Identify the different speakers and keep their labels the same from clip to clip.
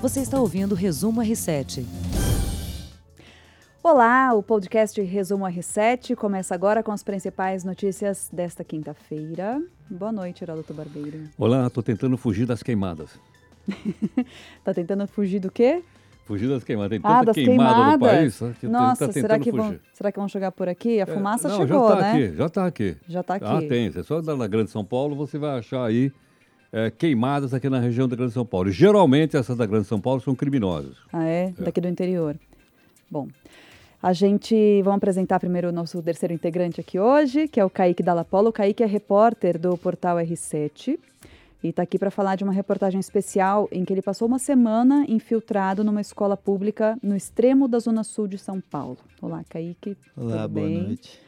Speaker 1: Você está ouvindo o Resumo R7.
Speaker 2: Olá, o podcast Resumo R7 começa agora com as principais notícias desta quinta-feira. Boa noite, Heródoto Barbeiro.
Speaker 3: Olá, estou tentando fugir das queimadas.
Speaker 2: Tá tentando fugir do quê?
Speaker 3: Fugir das queimadas. Tem
Speaker 2: Ah,
Speaker 3: tanta
Speaker 2: das
Speaker 3: queimada
Speaker 2: queimadas.
Speaker 3: Tá no país né, que
Speaker 2: Nossa,
Speaker 3: tá tentando
Speaker 2: será, que
Speaker 3: fugir.
Speaker 2: vão, será que vão chegar por aqui? A
Speaker 3: É,
Speaker 2: fumaça
Speaker 3: não,
Speaker 2: chegou,
Speaker 3: já tá
Speaker 2: né?
Speaker 3: Aqui, já está aqui.
Speaker 2: Já tá
Speaker 3: Ah,
Speaker 2: aqui.
Speaker 3: tem. É só andar na Grande São Paulo, você vai achar aí é, queimadas aqui na região da Grande São Paulo. E, Geralmente essas da Grande São Paulo são criminosas.
Speaker 2: Ah, é? Daqui do interior. Bom, a gente vamos apresentar primeiro o nosso terceiro integrante aqui hoje, que é o Kaique Dallapolo. O Kaique é repórter do portal R7 e está aqui para falar de uma reportagem especial em que ele passou uma semana infiltrado numa escola pública no extremo da Zona Sul de São Paulo. Olá, Kaique.
Speaker 4: Olá,
Speaker 2: tudo
Speaker 4: boa
Speaker 2: bem?
Speaker 4: noite.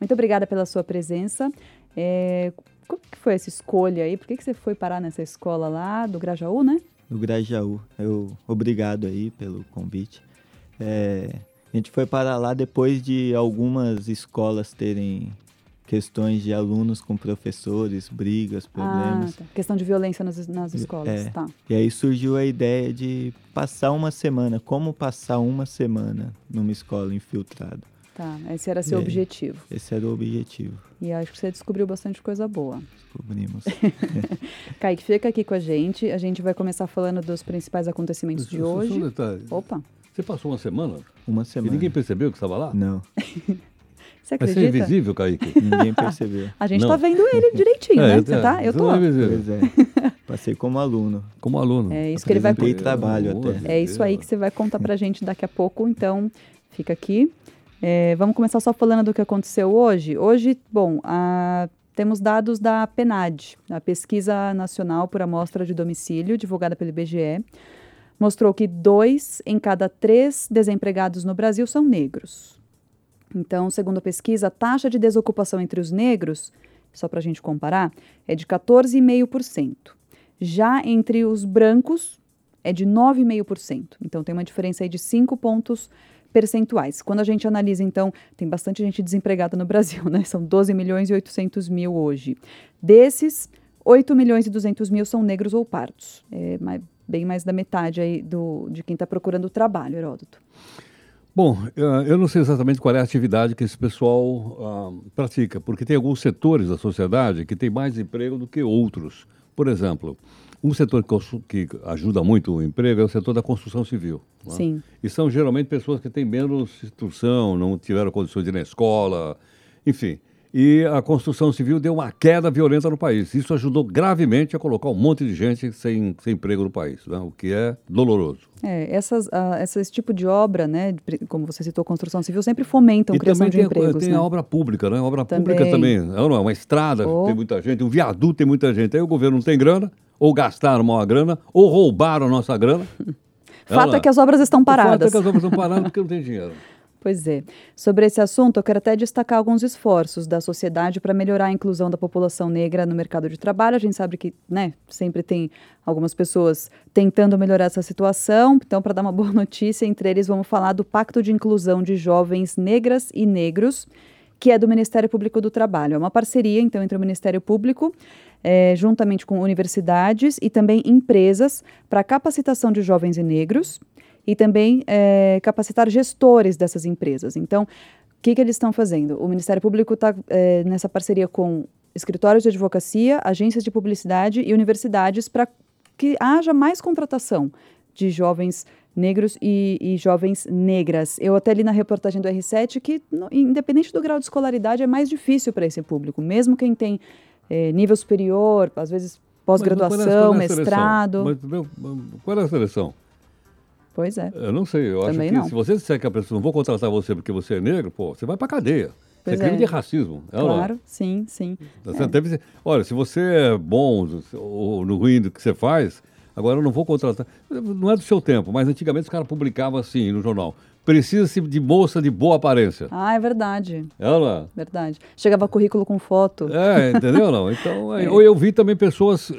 Speaker 2: Muito obrigada pela sua presença. É, como que foi essa escolha aí? Por que, que você foi parar nessa escola lá do Grajaú, né?
Speaker 4: No Grajaú, eu obrigado aí pelo convite. É, a gente foi para lá depois de algumas escolas terem questões de alunos com professores, brigas, problemas.
Speaker 2: Ah, tá. questão de violência nas, nas escolas,
Speaker 4: é.
Speaker 2: tá.
Speaker 4: E aí surgiu a ideia de passar uma semana, como passar uma semana numa escola infiltrada.
Speaker 2: Tá, esse era seu
Speaker 4: E aí?
Speaker 2: objetivo.
Speaker 4: Esse era o objetivo,
Speaker 2: E acho que você descobriu bastante coisa boa.
Speaker 4: descobrimos.
Speaker 2: Kaique, fica aqui com a gente. A gente vai começar falando dos principais acontecimentos de
Speaker 3: Só- só- só um
Speaker 2: hoje.
Speaker 3: detalhe.
Speaker 2: Opa,
Speaker 3: Você passou uma semana
Speaker 4: Uma
Speaker 3: e
Speaker 4: semana.
Speaker 3: ninguém percebeu que estava lá?
Speaker 4: Não,
Speaker 2: você
Speaker 3: Vai ser
Speaker 2: acredita?
Speaker 3: invisível, Kaique.
Speaker 4: ninguém percebeu.
Speaker 2: A gente
Speaker 3: Não.
Speaker 2: tá vendo ele
Speaker 3: É,
Speaker 2: direitinho, né? Você tá? Eu
Speaker 3: você
Speaker 2: tô.
Speaker 3: não é invisível,
Speaker 4: Pois é, passei como aluno.
Speaker 3: como aluno.
Speaker 2: É isso que ele vai-
Speaker 4: Apresentei trabalho
Speaker 3: Amor
Speaker 4: até.
Speaker 3: de
Speaker 2: É isso aí
Speaker 3: Deus.
Speaker 2: que você vai contar pra gente daqui a pouco, então fica aqui. É, vamos começar só falando do que aconteceu hoje. Hoje, bom, a- temos dados da PNAD, a Pesquisa Nacional por Amostra de Domicílio, divulgada pelo IBGE, mostrou que dois em cada três desempregados no Brasil são negros. Então, segundo a pesquisa, a taxa de desocupação entre os negros, só para a gente comparar, é de 14,5%. Já entre os brancos, é de 9,5%. Então, tem uma diferença aí de 5 pontos percentuais. Quando a gente analisa, então, tem bastante gente desempregada no Brasil, né? São 12 milhões e 800 mil hoje. Desses, 8 milhões e 200 mil são negros ou pardos. É mais- bem mais da metade aí do, de quem está procurando trabalho, Heródoto.
Speaker 3: Bom, eh, eu não sei exatamente qual é a atividade que esse pessoal ah, pratica, porque tem alguns setores da sociedade que têm mais emprego do que outros. Por exemplo, um setor que cons- que ajuda muito o emprego é o setor da construção civil. não é?
Speaker 2: Sim.
Speaker 3: E são geralmente pessoas que têm menos instrução, não tiveram condições de ir na escola, enfim. E a construção civil deu uma queda violenta no país. Isso ajudou gravemente a colocar um monte de gente sem, sem emprego no país, né? o que é doloroso.
Speaker 2: É, essas, ah, essas- esse tipo de obra, né, de pri- como você citou, construção civil, sempre fomentam
Speaker 3: e
Speaker 2: Então, criação
Speaker 3: também
Speaker 2: de
Speaker 3: tem, a-
Speaker 2: empregos.
Speaker 3: tem
Speaker 2: né?
Speaker 3: a obra pública, né? A obra
Speaker 2: Também.
Speaker 3: pública também. Não, não, é uma estrada,
Speaker 2: Oh.
Speaker 3: tem muita gente, um viaduto tem muita gente. Aí o governo não tem grana, ou gastaram mal a grana, ou roubaram a nossa grana.
Speaker 2: Fato é que as obras estão
Speaker 3: O fato é
Speaker 2: paradas.
Speaker 3: que as obras estão paradas porque não tem dinheiro.
Speaker 2: Pois é. Sobre esse assunto, eu quero até destacar alguns esforços da sociedade para melhorar a inclusão da população negra no mercado de trabalho. A gente sabe que, né, sempre tem algumas pessoas tentando melhorar essa situação. Então, para dar uma boa notícia, entre eles vamos falar do Pacto de Inclusão de Jovens Negras e Negros, que é do Ministério Público do Trabalho. É uma parceria, então, entre o Ministério Público, eh, juntamente com universidades e também empresas, para capacitação de jovens e negros e também eh, capacitar gestores dessas empresas. Então, o que, que eles estão fazendo? O Ministério Público está nessa parceria com escritórios de advocacia, agências de publicidade e universidades para que haja mais contratação de jovens negros e, e jovens negras. Eu até li na reportagem do R7 que, no- independente do grau de escolaridade, é mais difícil para esse público, mesmo quem tem eh, nível superior, às vezes
Speaker 3: Mas qual
Speaker 2: pós-graduação,
Speaker 3: é a
Speaker 2: mestrado.
Speaker 3: seleção? Mas, meu, qual é a seleção?
Speaker 2: Pois é.
Speaker 3: Eu não sei. Eu
Speaker 2: Também
Speaker 3: acho que
Speaker 2: não.
Speaker 3: se você disser que a pessoa não vou contratar você porque você é negro, pô, você vai pra cadeia.
Speaker 2: Pois
Speaker 3: isso é crime
Speaker 2: é.
Speaker 3: de racismo. É ou não é?
Speaker 2: Claro, sim, sim.
Speaker 3: Tá certo? Deve ser- olha, se você é bom ou no ruim do que você faz, agora eu não vou contratar. Não é do seu tempo, mas antigamente os caras publicavam assim no jornal. Precisa-se de moça de boa aparência.
Speaker 2: Ah, é verdade,
Speaker 3: Ela.
Speaker 2: verdade. Chegava currículo com foto.
Speaker 3: É, entendeu ou não? Então, é, ou eu vi também pessoas eh,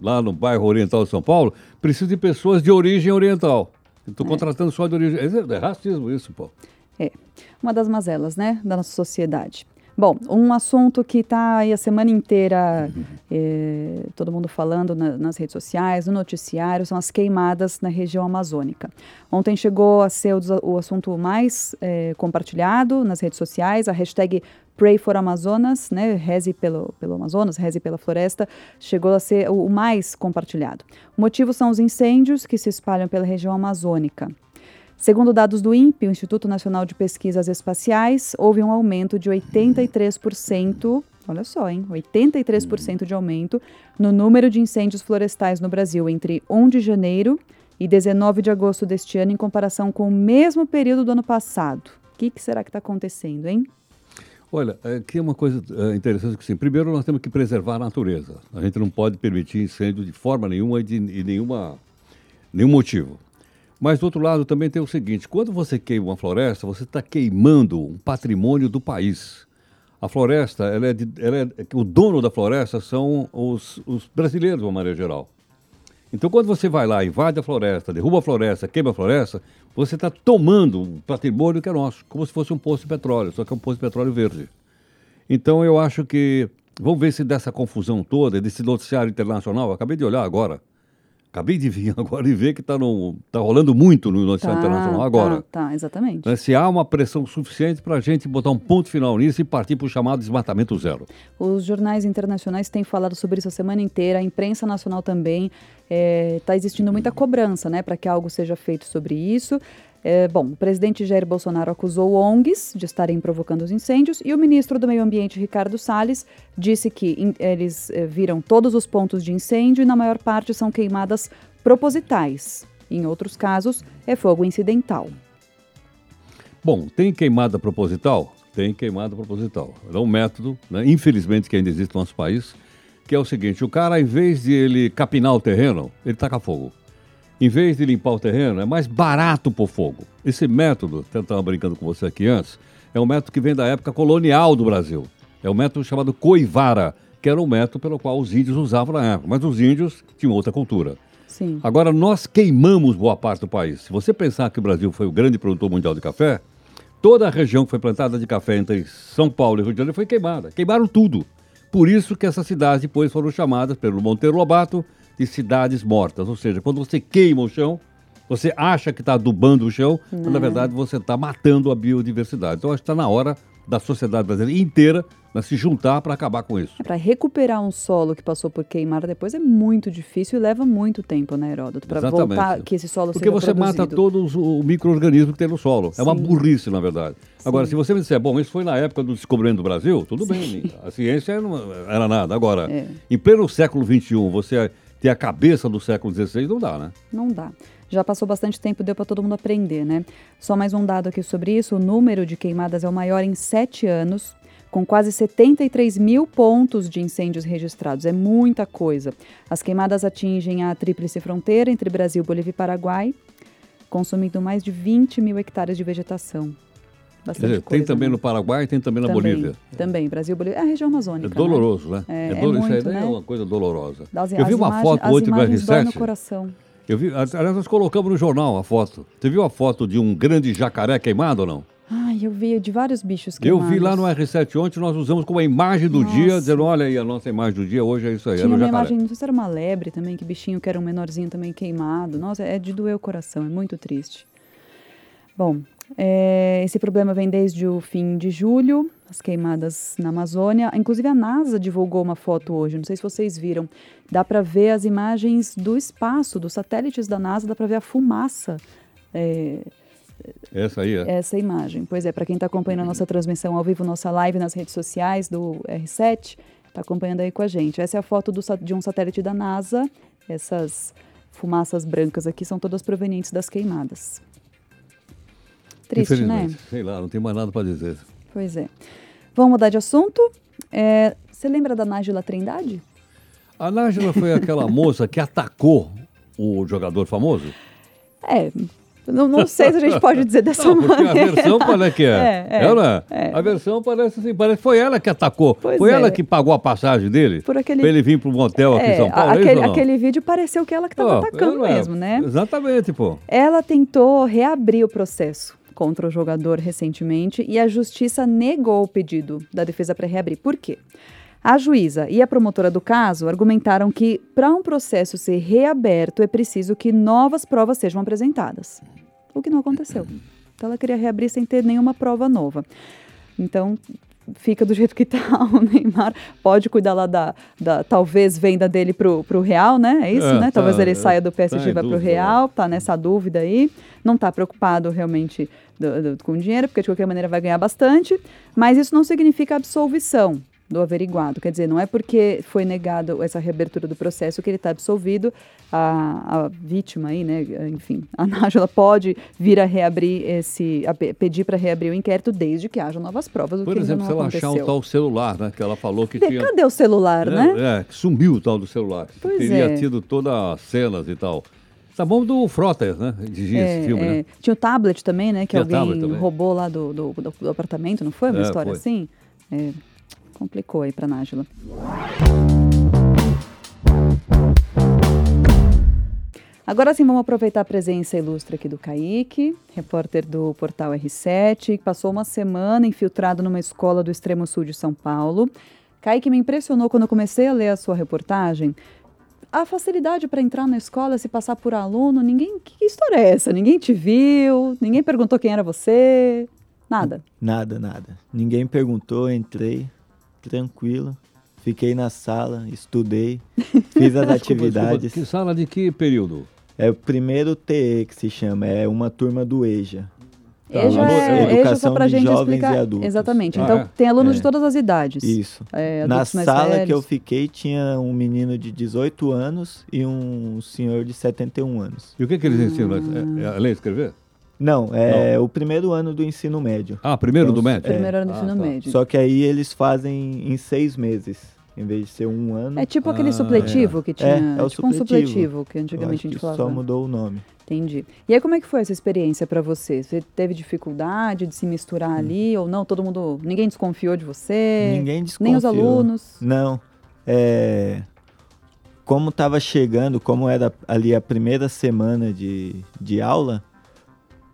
Speaker 3: lá no bairro oriental de São Paulo, preciso de pessoas de origem oriental. Estou contratando só de origem. É, é racismo isso, pô.
Speaker 2: É, uma das mazelas, né, da nossa sociedade. Bom, um assunto que está aí a semana inteira eh, todo mundo falando na- nas redes sociais, no noticiário, são as queimadas na região amazônica. Ontem chegou a ser o, desa- o assunto mais eh, compartilhado nas redes sociais, a hashtag Pray for Amazonas, né, reze pelo, pelo Amazonas, reze pela floresta, chegou a ser o, o mais compartilhado. O motivo são os incêndios que se espalham pela região amazônica. Segundo dados do INPE, o Instituto Nacional de Pesquisas Espaciais, houve um aumento de 83%, olha só, hein? 83% de aumento no número de incêndios florestais no Brasil entre 1 de janeiro e 19 de agosto deste ano, em comparação com o mesmo período do ano passado. O que, que será que está acontecendo, hein?
Speaker 3: Olha, aqui é uma coisa eh, interessante que sim. Primeiro, nós temos que preservar a natureza. A gente não pode permitir incêndio de forma nenhuma e de e nenhuma, nenhum motivo. Mas, do outro lado, também tem o seguinte: quando você queima uma floresta, você está queimando um patrimônio do país. A floresta, ela é de- ela é- o dono da floresta são os, os brasileiros, de uma maneira geral. Então, quando você vai lá, invade a floresta, derruba a floresta, queima a floresta, você está tomando um patrimônio que é nosso, como se fosse um poço de petróleo, só que é um poço de petróleo verde. Então, eu acho que. Vamos ver se dessa confusão toda, desse noticiário internacional, eu acabei de olhar agora. Acabei de vir agora e ver que está tá rolando muito no noticiário é internacional agora.
Speaker 2: Tá, tá, exatamente.
Speaker 3: Né, Se há uma pressão suficiente para a gente botar um ponto final nisso e partir para o chamado desmatamento zero.
Speaker 2: Os jornais internacionais têm falado sobre isso a semana inteira, a imprensa nacional também. Está existindo muita cobrança né, para que algo seja feito sobre isso. É, bom, o presidente Jair Bolsonaro acusou ONGs de estarem provocando os incêndios e o ministro do Meio Ambiente, Ricardo Salles, disse que em- eles eh, viram todos os pontos de incêndio e, na maior parte, são queimadas propositais. Em outros casos, é fogo incidental.
Speaker 3: Bom, tem queimada proposital? Tem queimada proposital. É um método, né, infelizmente, que ainda existe no nosso país, que é o seguinte: o cara, em vez de ele capinar o terreno, ele taca fogo. Em vez de limpar o terreno, é mais barato pôr fogo. Esse método, eu estava brincando com você aqui antes, é um método que vem da época colonial do Brasil. É um método chamado coivara, que era um método pelo qual os índios usavam na época. Mas os índios tinham outra cultura.
Speaker 2: Sim.
Speaker 3: Agora, nós queimamos boa parte do país. Se você pensar que o Brasil foi o grande produtor mundial de café, toda a região que foi plantada de café entre São Paulo e Rio de Janeiro foi queimada. Queimaram tudo. Por isso que essas cidades depois foram chamadas pelo Monteiro Lobato de cidades mortas. Ou seja, quando você queima o chão, você acha que está adubando o chão, mas na verdade você está matando a biodiversidade. Então acho que está na hora da sociedade brasileira inteira né, se juntar para acabar com isso.
Speaker 2: Para É, recuperar um solo que passou por queimar depois é muito difícil e leva muito tempo, né, Heródoto? Para
Speaker 3: Exatamente.
Speaker 2: voltar que esse solo
Speaker 3: Porque
Speaker 2: seja
Speaker 3: você
Speaker 2: produzido.
Speaker 3: mata todos o microorganismo que tem no solo. É uma burrice, na verdade. Agora, se você me disser, bom, isso foi na época do descobrimento do Brasil, tudo bem. A ciência não era nada. Agora,
Speaker 2: É.
Speaker 3: em pleno século XXI, você ter a cabeça do século XVI, não dá, né?
Speaker 2: Não dá. Já passou bastante tempo, deu para todo mundo aprender, né? Só mais um dado aqui sobre isso: o número de queimadas é o maior em sete anos, com quase 73 mil pontos de incêndios registrados. É muita coisa. As queimadas atingem a tríplice fronteira entre Brasil, Bolívia e Paraguai, consumindo mais de 20 mil hectares de vegetação. Bastante
Speaker 3: Quer dizer, tem
Speaker 2: coisa,
Speaker 3: também
Speaker 2: né?
Speaker 3: no Paraguai, tem também na
Speaker 2: também,
Speaker 3: Bolívia.
Speaker 2: Também, Brasil, Bolívia. É a região
Speaker 3: É
Speaker 2: amazônica. né?
Speaker 3: doloroso, né?
Speaker 2: É, é
Speaker 3: doloroso. Isso
Speaker 2: muito,
Speaker 3: aí daí
Speaker 2: né?
Speaker 3: é uma coisa dolorosa.
Speaker 2: Das-
Speaker 3: Eu
Speaker 2: as
Speaker 3: vi uma
Speaker 2: imagens-
Speaker 3: foto
Speaker 2: as
Speaker 3: ontem do
Speaker 2: imagens doem no
Speaker 3: R7.
Speaker 2: coração.
Speaker 3: Eu vi, aliás, nós colocamos no jornal a foto. Você viu a foto de um grande jacaré queimado ou não?
Speaker 2: Ai, eu vi de vários bichos
Speaker 3: Eu
Speaker 2: queimados.
Speaker 3: vi lá no R7 ontem, nós usamos como a imagem do dia, dizendo, olha aí, a nossa imagem do dia hoje é isso aí,
Speaker 2: Tinha
Speaker 3: era o
Speaker 2: uma
Speaker 3: jacaré.
Speaker 2: imagem, não sei se era uma lebre também, que bichinho que era um menorzinho também queimado. Nossa, é de doer o coração, é muito triste. Bom, é, esse problema vem desde o fim de julho, as queimadas na Amazônia. Inclusive a NASA divulgou uma foto hoje, não sei se vocês viram. Dá para ver as imagens do espaço, dos satélites da NASA, dá para ver a fumaça. é,
Speaker 3: Essa aí, é.
Speaker 2: essa imagem. Pois é, para quem está acompanhando a nossa transmissão ao vivo, nossa live nas redes sociais do R7, está acompanhando aí com a gente. Essa é a foto do sa- de um satélite da NASA. Essas fumaças brancas aqui são todas provenientes das queimadas. Triste, né?
Speaker 3: Infelizmente. Sei lá, não tem mais nada para dizer.
Speaker 2: Pois é. Vamos mudar de assunto. É, Você lembra da Nájila Trindade?
Speaker 3: A Nájila foi aquela moça que atacou o jogador famoso?
Speaker 2: É, não, não sei se a gente pode dizer dessa
Speaker 3: Não, porque a
Speaker 2: maneira.
Speaker 3: versão parece que é.
Speaker 2: É, é,
Speaker 3: ela,
Speaker 2: é.
Speaker 3: A versão parece assim, parece que foi ela que atacou.
Speaker 2: Pois
Speaker 3: foi
Speaker 2: é.
Speaker 3: ela que pagou a passagem dele
Speaker 2: Por aquele-
Speaker 3: pra ele vir para um hotel aqui em
Speaker 2: É,
Speaker 3: São Paulo, é isso
Speaker 2: aquele,
Speaker 3: ou não?
Speaker 2: aquele vídeo pareceu que ela que estava
Speaker 3: Ó,
Speaker 2: atacando
Speaker 3: ela-
Speaker 2: mesmo, né?
Speaker 3: Exatamente, pô.
Speaker 2: Ela tentou reabrir o processo contra o jogador recentemente e a justiça negou o pedido da defesa para reabrir. Por quê? A juíza e a promotora do caso argumentaram que, para um processo ser reaberto, é preciso que novas provas sejam apresentadas. O que não aconteceu. Então ela queria reabrir sem ter nenhuma prova nova. Então fica do jeito que tá. O Neymar pode cuidar lá da, da talvez venda dele pro, pro Real, né? É isso,
Speaker 3: É,
Speaker 2: né? Talvez
Speaker 3: tá,
Speaker 2: ele
Speaker 3: é,
Speaker 2: saia do PSG
Speaker 3: tá
Speaker 2: e
Speaker 3: em
Speaker 2: vá pro
Speaker 3: dúvida,
Speaker 2: Real, tá nessa dúvida aí. Não tá preocupado realmente do- do- com dinheiro, porque de qualquer maneira vai ganhar bastante. Mas isso não significa absolvição do averiguado. Quer dizer, não é porque foi negado essa reabertura do processo que ele está absolvido. A, a vítima aí, né? Enfim, a Nájula pode vir a reabrir esse. a pe- pedir para reabrir o inquérito desde que haja novas provas. O
Speaker 3: Por
Speaker 2: que ainda
Speaker 3: exemplo, se
Speaker 2: não
Speaker 3: ela
Speaker 2: aconteceu.
Speaker 3: achar o tal celular, né? Que ela falou que
Speaker 2: Cadê-
Speaker 3: tinha.
Speaker 2: Cadê o celular, né?
Speaker 3: É, que sumiu o tal do celular. que
Speaker 2: Pois
Speaker 3: Teria
Speaker 2: é.
Speaker 3: tido todas as cenas e tal. Tá bom do Frotter, né? Dirigia
Speaker 2: É,
Speaker 3: esse filme,
Speaker 2: é.
Speaker 3: né?
Speaker 2: Tinha o tablet também, né? Que
Speaker 3: Tinha
Speaker 2: alguém
Speaker 3: tablet também.
Speaker 2: roubou lá do, do, do- do apartamento, não foi? Uma
Speaker 3: É,
Speaker 2: história
Speaker 3: foi.
Speaker 2: assim? É, complicou aí pra Nájila. Agora sim, vamos aproveitar a presença ilustre aqui do Kaique, repórter do Portal R7, que passou uma semana infiltrado numa escola do extremo sul de São Paulo. Kaique me impressionou quando eu comecei a ler a sua reportagem. A facilidade para entrar na escola, se passar por aluno, ninguém. Que história é essa? Ninguém te viu, ninguém perguntou quem era você, nada.
Speaker 4: Nada, nada. Ninguém perguntou, entrei, tranquilo. Fiquei na sala, estudei, fiz as
Speaker 3: Desculpa, desculpa,
Speaker 4: atividades.
Speaker 3: Que sala de que período?
Speaker 4: É o primeiro TE que se chama, é uma turma do EJA.
Speaker 3: Tá,
Speaker 2: EJA
Speaker 3: aluno-
Speaker 2: é,
Speaker 4: educação
Speaker 2: EJA só para
Speaker 4: de
Speaker 2: gente
Speaker 4: jovens
Speaker 2: explicar.
Speaker 4: e adultos.
Speaker 2: Exatamente.
Speaker 3: Ah,
Speaker 2: então,
Speaker 3: é?
Speaker 2: tem alunos
Speaker 4: É.
Speaker 2: de todas as idades.
Speaker 4: Isso.
Speaker 2: É,
Speaker 4: Na
Speaker 2: adultos mais
Speaker 4: sala que eu
Speaker 2: velhos.
Speaker 4: fiquei tinha um menino de 18 anos e um senhor de 71 anos.
Speaker 3: E o que, que eles ensinam? É, é a ler e escrever?
Speaker 4: Não, é o primeiro ano do ensino médio.
Speaker 3: Ah, primeiro do
Speaker 4: Então,
Speaker 3: médio?
Speaker 2: Primeiro ano do
Speaker 3: Ah,
Speaker 2: ensino
Speaker 3: tá.
Speaker 2: médio.
Speaker 4: Só que aí eles fazem em seis meses, em vez de ser um ano.
Speaker 2: É tipo aquele
Speaker 3: Ah,
Speaker 2: supletivo que tinha.
Speaker 4: É, é o
Speaker 2: tipo um
Speaker 4: supletivo.
Speaker 2: supletivo que
Speaker 4: Eu
Speaker 2: antigamente
Speaker 4: acho
Speaker 2: a gente
Speaker 4: que
Speaker 2: falava.
Speaker 4: só mudou o nome.
Speaker 2: Entendi. E aí, como é que foi essa experiência para você? Você teve dificuldade de se misturar ali ou não? Todo mundo. Ninguém desconfiou de você?
Speaker 4: Hum. Ninguém desconfiou.
Speaker 2: É,
Speaker 4: Hum.
Speaker 2: Nem os alunos?
Speaker 4: Não. É, como estava chegando, como era ali a primeira semana de, de aula,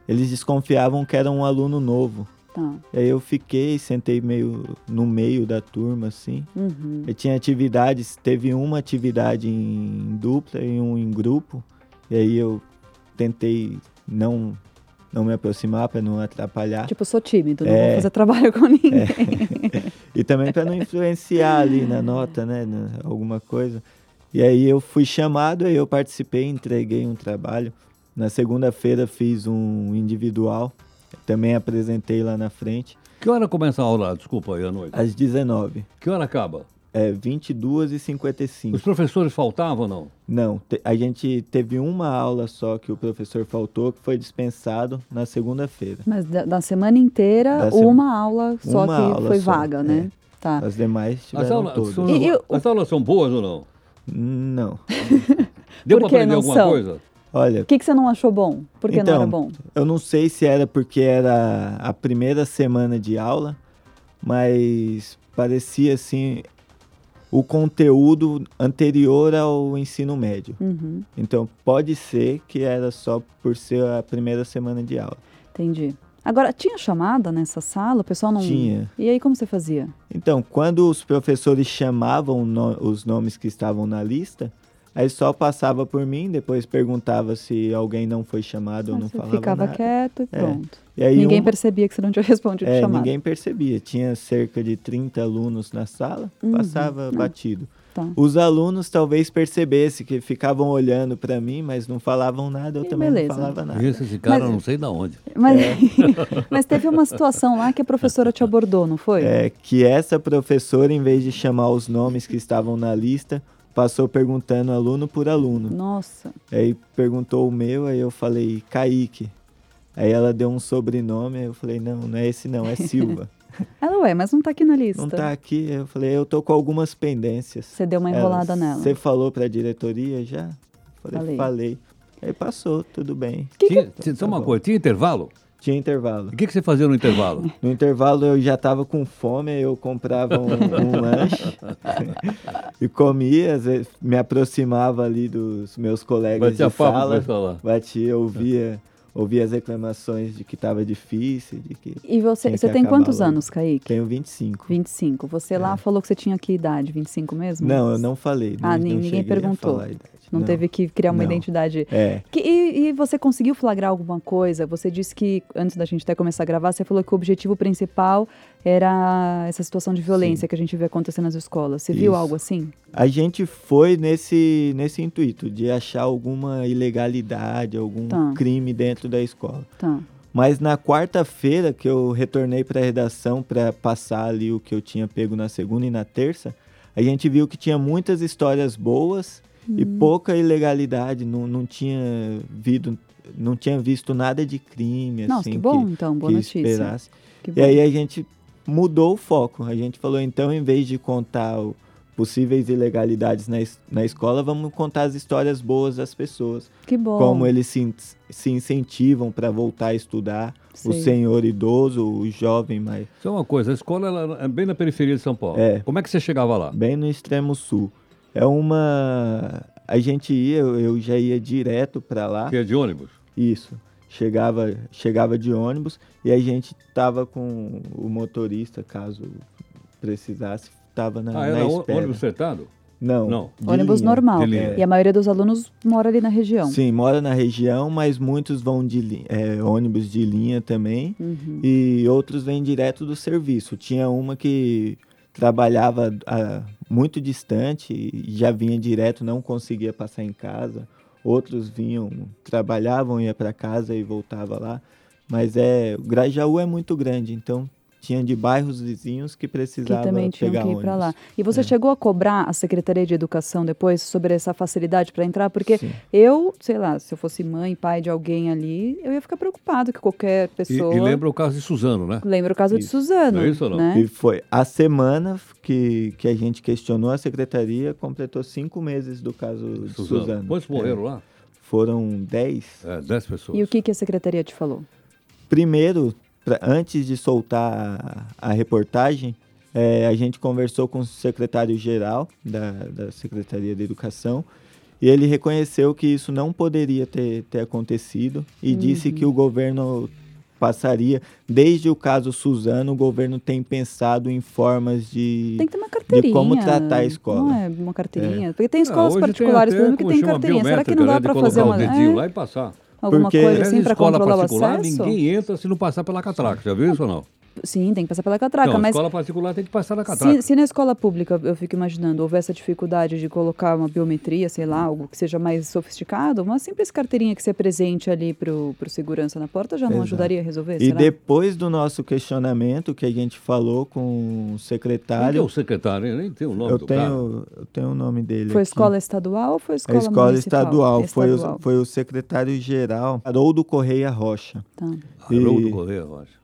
Speaker 4: eles desconfiavam que era um aluno novo.
Speaker 2: Tá.
Speaker 4: E aí eu fiquei, sentei meio no meio da turma, assim.
Speaker 2: Uhum.
Speaker 4: Eu tinha atividades, teve uma atividade em dupla e um em grupo. E aí eu tentei não, não me aproximar para não atrapalhar.
Speaker 2: Tipo, eu sou tímido, não vou
Speaker 4: É.
Speaker 2: fazer trabalho com ninguém.
Speaker 4: E também para não influenciar ali na nota, né? na- alguma coisa. E aí eu fui chamado, aí eu participei, entreguei um trabalho. Na segunda-feira fiz um individual. Também apresentei lá na frente,
Speaker 3: Que hora começa a aula? Desculpa aí, à noite.
Speaker 4: às 19
Speaker 3: Que hora acaba?
Speaker 4: é 22 e 55
Speaker 3: Os professores faltavam ou não?
Speaker 4: Não, te- a gente teve uma aula só que o professor faltou, que foi dispensado na segunda-feira.
Speaker 2: Mas da, da semana inteira,
Speaker 4: Da sema-
Speaker 2: uma aula só
Speaker 4: Uma
Speaker 2: que
Speaker 4: aula
Speaker 2: foi
Speaker 4: só, é.
Speaker 2: vaga, né? Tá.
Speaker 4: As demais
Speaker 3: As
Speaker 4: tiveram
Speaker 3: aulas,
Speaker 4: todas.
Speaker 3: são,
Speaker 2: E eu-
Speaker 3: as aulas são boas ou não?
Speaker 4: Não.
Speaker 3: Deu
Speaker 2: Por
Speaker 3: para
Speaker 2: que
Speaker 3: aprender
Speaker 2: não
Speaker 3: alguma
Speaker 2: são?
Speaker 3: coisa?
Speaker 4: Olha,
Speaker 2: O que, que você não achou bom? Por que não
Speaker 4: Então,
Speaker 2: era bom?
Speaker 4: eu não sei se era porque era a primeira semana de aula, mas parecia assim o conteúdo anterior ao ensino médio.
Speaker 2: Uhum,
Speaker 4: Então pode ser que era só por ser a primeira semana de aula.
Speaker 2: entendi. Agora, tinha chamada nessa sala? O pessoal não.
Speaker 4: Tinha.
Speaker 2: E aí, como você fazia?
Speaker 4: Então, quando os professores chamavam no- os nomes que estavam na lista, aí só passava por mim, depois perguntava se alguém não foi chamado ou
Speaker 2: Ah,
Speaker 4: não
Speaker 2: você
Speaker 4: falava
Speaker 2: ficava
Speaker 4: nada. É.
Speaker 2: quieto e pronto.
Speaker 4: E aí um
Speaker 2: ninguém
Speaker 4: uma-
Speaker 2: percebia que você não tinha respondido
Speaker 4: é,
Speaker 2: tipo chamada.
Speaker 4: ninguém percebia. Tinha cerca de 30 alunos na sala,
Speaker 2: Uhum,
Speaker 4: passava batido.
Speaker 2: Tá.
Speaker 4: Os alunos talvez percebessem que ficavam olhando para mim, mas não falavam nada, eu
Speaker 2: E
Speaker 4: também
Speaker 2: beleza.
Speaker 4: não falava nada.
Speaker 3: Esse, esse cara
Speaker 2: Mas-
Speaker 3: não sei de onde.
Speaker 2: Mas, mas teve uma situação lá que a professora te abordou, não foi?
Speaker 4: É que essa professora, em vez de chamar os nomes que estavam na lista, passou perguntando aluno por aluno.
Speaker 2: Nossa.
Speaker 4: Aí perguntou o meu, aí eu falei Kaique. Aí ela deu um sobrenome, aí eu falei, não, não é esse não, é Silva.
Speaker 2: Ela, ué, mas não tá aqui na lista.
Speaker 4: não tá aqui. Aí eu falei, eu tô com algumas pendências.
Speaker 2: Você deu uma enrolada nela.
Speaker 4: É, Você falou pra diretoria já? Falei,
Speaker 2: Falei.
Speaker 4: falei. Aí passou, tudo bem.
Speaker 2: Que que-
Speaker 3: tinha, tinha- só
Speaker 4: Tá
Speaker 3: uma
Speaker 4: bom.
Speaker 3: coisa, tinha intervalo?
Speaker 4: Tinha intervalo.
Speaker 3: O que, que você fazia no intervalo?
Speaker 4: No intervalo eu já tava com fome, aí eu comprava um, um lanche e comia, às vezes me aproximava ali dos meus colegas
Speaker 3: Batia
Speaker 4: de
Speaker 3: papo com o
Speaker 4: sala.
Speaker 3: pessoal lá.
Speaker 4: Batia, ouvia ouvia as reclamações de que estava difícil, de que
Speaker 2: E você,
Speaker 4: Tinha
Speaker 2: você
Speaker 4: que
Speaker 2: tem
Speaker 4: acabar
Speaker 2: quantos
Speaker 4: logo.
Speaker 2: anos, Kaique?
Speaker 4: tenho 25.
Speaker 2: 25. Você lá falou que você tinha que idade, 25 mesmo?
Speaker 4: É. Não, eu não falei.
Speaker 2: Ah,
Speaker 4: não,
Speaker 2: nem-
Speaker 4: não
Speaker 2: ninguém
Speaker 4: cheguei a
Speaker 2: perguntou.
Speaker 4: falar a idade,
Speaker 2: Não, teve que criar uma
Speaker 4: Não.
Speaker 2: identidade.
Speaker 4: É,
Speaker 2: Que- e, e você conseguiu flagrar alguma coisa? Você disse que, antes da gente até começar a gravar, você falou que o objetivo principal era essa situação de violência que a gente vê acontecendo nas escolas. Você viu
Speaker 4: Isso.
Speaker 2: algo assim?
Speaker 4: a gente foi nesse, nesse intuito de achar alguma ilegalidade, algum
Speaker 2: Tá.
Speaker 4: crime dentro da escola.
Speaker 2: Tá.
Speaker 4: Mas na quarta-feira que eu retornei para a redação para passar ali o que eu tinha pego na segunda e na terça, a gente viu que tinha muitas histórias boas e
Speaker 2: Uhum.
Speaker 4: pouca ilegalidade, não, não tinha vido, não tinha visto nada de crime
Speaker 2: Nossa,
Speaker 4: assim
Speaker 2: que bom,
Speaker 4: que,
Speaker 2: então. Boa
Speaker 4: que
Speaker 2: notícia.
Speaker 4: esperasse.
Speaker 2: Que
Speaker 4: E
Speaker 2: bom.
Speaker 4: aí a gente mudou o foco. A gente falou, então, em vez de contar o- possíveis ilegalidades na, es- na escola, vamos contar as histórias boas das pessoas.
Speaker 2: que bom.
Speaker 4: Como eles se, in- se incentivam para voltar a estudar. O
Speaker 2: Sei.
Speaker 4: senhor idoso, o jovem, mas
Speaker 3: Só uma coisa, a escola ela é bem na periferia de São Paulo.
Speaker 4: É.
Speaker 3: Como é que você chegava lá?
Speaker 4: bem no extremo sul. É uma... A gente ia, eu eu já ia direto para lá.
Speaker 3: Que é de ônibus?
Speaker 4: Isso. Chegava, chegava de ônibus e a gente tava com o motorista, caso precisasse, tava na,
Speaker 3: ah,
Speaker 4: na
Speaker 3: era ô-
Speaker 4: espera.
Speaker 3: ônibus setado?
Speaker 4: Não.
Speaker 3: Não.
Speaker 4: de
Speaker 2: Ônibus
Speaker 4: linha.
Speaker 2: normal.
Speaker 3: de linha.
Speaker 2: E a maioria dos alunos mora ali na região.
Speaker 4: Sim, mora na região, mas muitos vão de li- é, ônibus de linha também
Speaker 2: Uhum.
Speaker 4: e outros vêm direto do serviço. Tinha uma que trabalhava ah, muito distante e já vinha direto, não conseguia passar em casa. Outros vinham, trabalhavam, ia para casa e voltava lá. Mas é, o Grajaú é muito grande, então tinha de bairros vizinhos que
Speaker 2: Que
Speaker 4: precisava
Speaker 2: também tinham
Speaker 4: pegar
Speaker 2: que ir para lá.
Speaker 4: ônibus.
Speaker 2: E
Speaker 3: É.
Speaker 2: você chegou a cobrar a Secretaria de Educação depois sobre essa facilidade para entrar? Porque
Speaker 4: Sim.
Speaker 2: eu, sei lá, se eu fosse mãe, pai de alguém ali, eu ia ficar preocupado que qualquer
Speaker 3: E,
Speaker 2: pessoa.
Speaker 3: e lembra o caso de Suzano, né?
Speaker 2: Lembra o caso de
Speaker 4: Isso.
Speaker 2: Suzano.
Speaker 3: Não é isso ou não?
Speaker 2: Né?
Speaker 4: E foi a semana que, que a gente questionou a secretaria, completou cinco meses do caso de Suzano. é.
Speaker 3: Quantos morreram lá?
Speaker 4: Foram dez.
Speaker 3: É, 10 pessoas.
Speaker 2: E o que, que a secretaria te falou?
Speaker 4: Primeiro, pra- antes de soltar a, a reportagem, é, a gente conversou com o secretário-geral da, da Secretaria da Educação e ele reconheceu que isso não poderia ter, ter acontecido
Speaker 2: Uhum.
Speaker 4: e disse que o governo passaria, desde o caso Suzano, o governo tem pensado em formas de...
Speaker 2: Tem que ter uma carteirinha.
Speaker 4: como tratar a escola.
Speaker 2: Não é uma carteirinha. Porque tem
Speaker 3: Ah,
Speaker 2: escolas
Speaker 3: hoje tem
Speaker 2: particulares,
Speaker 3: até,
Speaker 2: por exemplo, que
Speaker 3: como
Speaker 2: tem
Speaker 3: chama,
Speaker 2: carteirinha. Será que
Speaker 3: biométrica,
Speaker 2: não dá
Speaker 3: né,
Speaker 2: para
Speaker 3: de
Speaker 2: fazer uma.
Speaker 3: colocar o dedinho
Speaker 2: é,
Speaker 3: lá e passar.
Speaker 2: alguma
Speaker 4: Porque
Speaker 2: coisa
Speaker 4: Mas
Speaker 3: Aliás,
Speaker 2: assim para
Speaker 3: escola
Speaker 2: controlar o
Speaker 3: particular,
Speaker 2: acesso?
Speaker 3: ninguém entra se não passar pela catraca. Já viu isso ou não?
Speaker 2: Sim, tem que passar pela catraca,
Speaker 3: não,
Speaker 2: mas
Speaker 3: escola particular tem que passar na catraca.
Speaker 2: Se, se na escola pública, eu fico imaginando, houver essa dificuldade de colocar uma biometria, sei lá, algo que seja mais sofisticado, uma simples carteirinha que você presente ali pro, pro segurança na porta já não
Speaker 4: Exato.
Speaker 2: ajudaria a resolver,
Speaker 4: E
Speaker 2: será?
Speaker 4: depois do nosso questionamento que a gente falou com o
Speaker 3: Quem que é
Speaker 4: secretário,
Speaker 3: o secretário? hein? Nem tem é o nome
Speaker 4: eu
Speaker 3: do cara.
Speaker 4: tenho, eu tenho o nome dele.
Speaker 2: Foi
Speaker 4: aqui.
Speaker 2: escola estadual ou foi
Speaker 4: A
Speaker 2: escola
Speaker 4: É escola
Speaker 2: municipal? É
Speaker 4: estadual, foi
Speaker 2: Estadual.
Speaker 4: o, foi o secretário-geral, Haroldo Correia Rocha.
Speaker 2: Tá.
Speaker 4: E-
Speaker 3: Haroldo Correia, eu acho.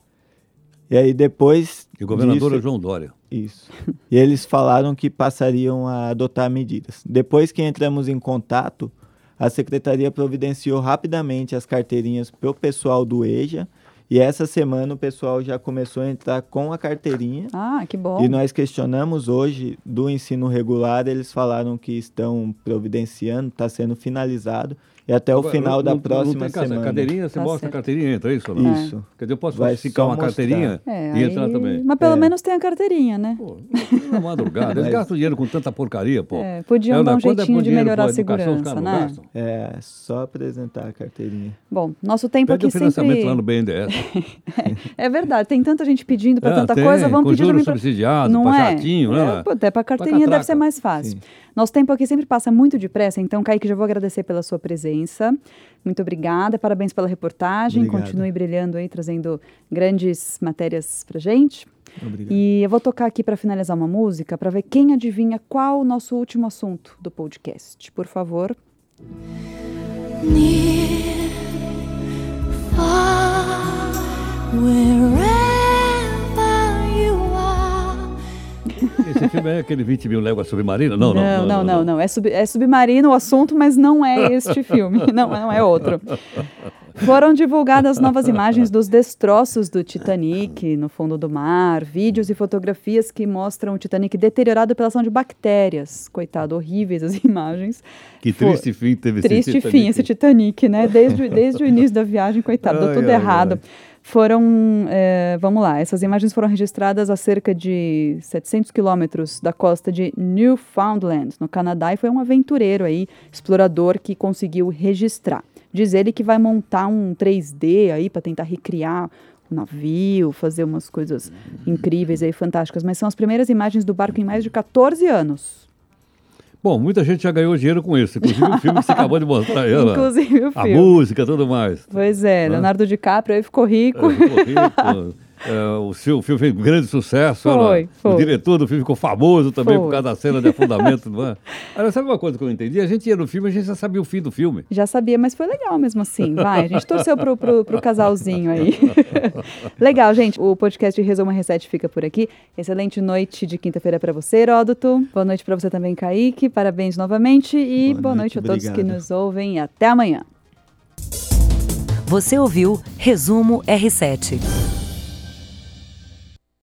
Speaker 4: E aí depois.
Speaker 3: E o governador é
Speaker 4: disso-
Speaker 3: João Dória.
Speaker 4: Isso. E eles falaram que passariam a adotar medidas. Depois que entramos em contato, a secretaria providenciou rapidamente as carteirinhas para o pessoal do EJA. E essa semana o pessoal já começou a entrar com a carteirinha.
Speaker 2: Ah, que bom.
Speaker 4: E nós questionamos hoje do ensino regular, eles falaram que estão providenciando, está sendo finalizado e até o
Speaker 3: Agora,
Speaker 4: final
Speaker 3: não-
Speaker 4: da
Speaker 3: não- não
Speaker 4: próxima
Speaker 3: tem casa-
Speaker 4: semana.
Speaker 3: Cadeirinha, você
Speaker 2: Tá
Speaker 3: mostra
Speaker 2: certo.
Speaker 3: a carteirinha e entra, é isso ou não?
Speaker 4: Isso.
Speaker 3: Quer dizer, eu posso
Speaker 4: Vai
Speaker 3: falsificar
Speaker 4: só
Speaker 3: uma
Speaker 4: mostrar.
Speaker 3: carteirinha
Speaker 2: É,
Speaker 3: e
Speaker 2: aí-
Speaker 3: entrar também.
Speaker 2: Mas pelo
Speaker 4: É.
Speaker 2: menos tem a carteirinha, né?
Speaker 3: Pô, na madrugada. Eles
Speaker 4: Mas-
Speaker 3: gastam dinheiro com tanta porcaria, pô.
Speaker 2: É, podiam
Speaker 3: Eu,
Speaker 2: dar um
Speaker 3: na- quando é
Speaker 2: jeitinho
Speaker 3: por
Speaker 2: de
Speaker 3: dinheiro
Speaker 2: melhorar
Speaker 3: pra
Speaker 2: a
Speaker 3: educação, os
Speaker 2: segurança,
Speaker 3: caras não
Speaker 2: né?
Speaker 3: gastam?
Speaker 4: É, só apresentar a carteirinha.
Speaker 2: Bom, nosso tempo
Speaker 3: Pede o
Speaker 2: aqui
Speaker 3: financiamento
Speaker 2: sempre...
Speaker 3: lá no BNDES.
Speaker 2: É verdade, tem tanta gente pedindo para
Speaker 3: É,
Speaker 2: tanta
Speaker 3: tem,
Speaker 2: coisa, vamos
Speaker 3: com
Speaker 2: pedir
Speaker 3: juros
Speaker 2: também pra-
Speaker 3: subsidiados,
Speaker 2: não
Speaker 3: pra
Speaker 2: é?
Speaker 3: chatinho, né?
Speaker 2: É, pô, até para carteirinha deve
Speaker 3: catraca.
Speaker 2: ser mais fácil.
Speaker 4: Sim.
Speaker 2: Nosso tempo aqui sempre passa muito depressa, então, Kaique, já vou agradecer pela sua presença. Muito obrigada, parabéns pela reportagem.
Speaker 4: Obrigado.
Speaker 2: Continue brilhando aí, trazendo grandes matérias pra gente.
Speaker 4: Obrigado.
Speaker 2: E eu vou tocar aqui para finalizar uma música para ver quem adivinha qual o nosso último assunto do podcast. Por favor,
Speaker 5: Near, far, wherever you are.
Speaker 3: Esse filme é aquele 20 mil léguas submarina? Não, não.
Speaker 2: não, não, não. É, sub- é submarino o assunto, mas não é este filme. Não, não é outro. Foram divulgadas novas imagens dos destroços do Titanic no fundo do mar, vídeos e fotografias que mostram o Titanic deteriorado pela ação de bactérias. Coitado, horríveis as imagens.
Speaker 3: Que
Speaker 2: Foi-
Speaker 3: triste fim teve
Speaker 2: Triste
Speaker 3: esse
Speaker 2: fim esse Titanic, né? Desde, desde o início da viagem, coitado, deu
Speaker 3: Ai,
Speaker 2: tudo
Speaker 3: ai,
Speaker 2: errado.
Speaker 3: ai.
Speaker 2: Foram, eh, vamos lá, essas imagens foram registradas a cerca de 700 quilômetros da costa de Newfoundland, no Canadá, e foi um aventureiro aí, explorador, que conseguiu registrar. Diz ele que vai montar um 3D aí para tentar recriar o navio, fazer umas coisas incríveis aí, fantásticas. Mas são as primeiras imagens do barco em mais de 14 anos.
Speaker 3: Bom, muita gente já ganhou dinheiro com isso, inclusive o filme que você acabou de mostrar aí, ela.
Speaker 2: Inclusive o
Speaker 3: a
Speaker 2: filme.
Speaker 3: música, tudo mais.
Speaker 2: Pois é,
Speaker 3: Hã?
Speaker 2: Leonardo DiCaprio aí ficou rico.
Speaker 3: É, ficou rico. É, o, seu, o filme fez grande sucesso.
Speaker 2: Foi,
Speaker 3: olha lá.
Speaker 2: foi.
Speaker 3: O diretor do filme ficou famoso também
Speaker 2: Foi.
Speaker 3: por causa da cena de afundamento. não é? Agora, sabe uma coisa que eu não entendi? A gente ia no filme, a gente já sabia o fim do filme.
Speaker 2: Já sabia, mas foi legal mesmo assim. Vai, a gente torceu pro, pro, pro casalzinho aí. legal, gente. O podcast de Resuma Reset fica por aqui. Excelente noite de quinta-feira para você, Heródoto. Boa noite para você também, Kaique. Parabéns novamente e boa,
Speaker 4: Boa
Speaker 2: noite,
Speaker 4: noite,
Speaker 2: a todos que
Speaker 4: obrigado.
Speaker 2: nos ouvem. Até amanhã.
Speaker 1: Você ouviu Resumo R7.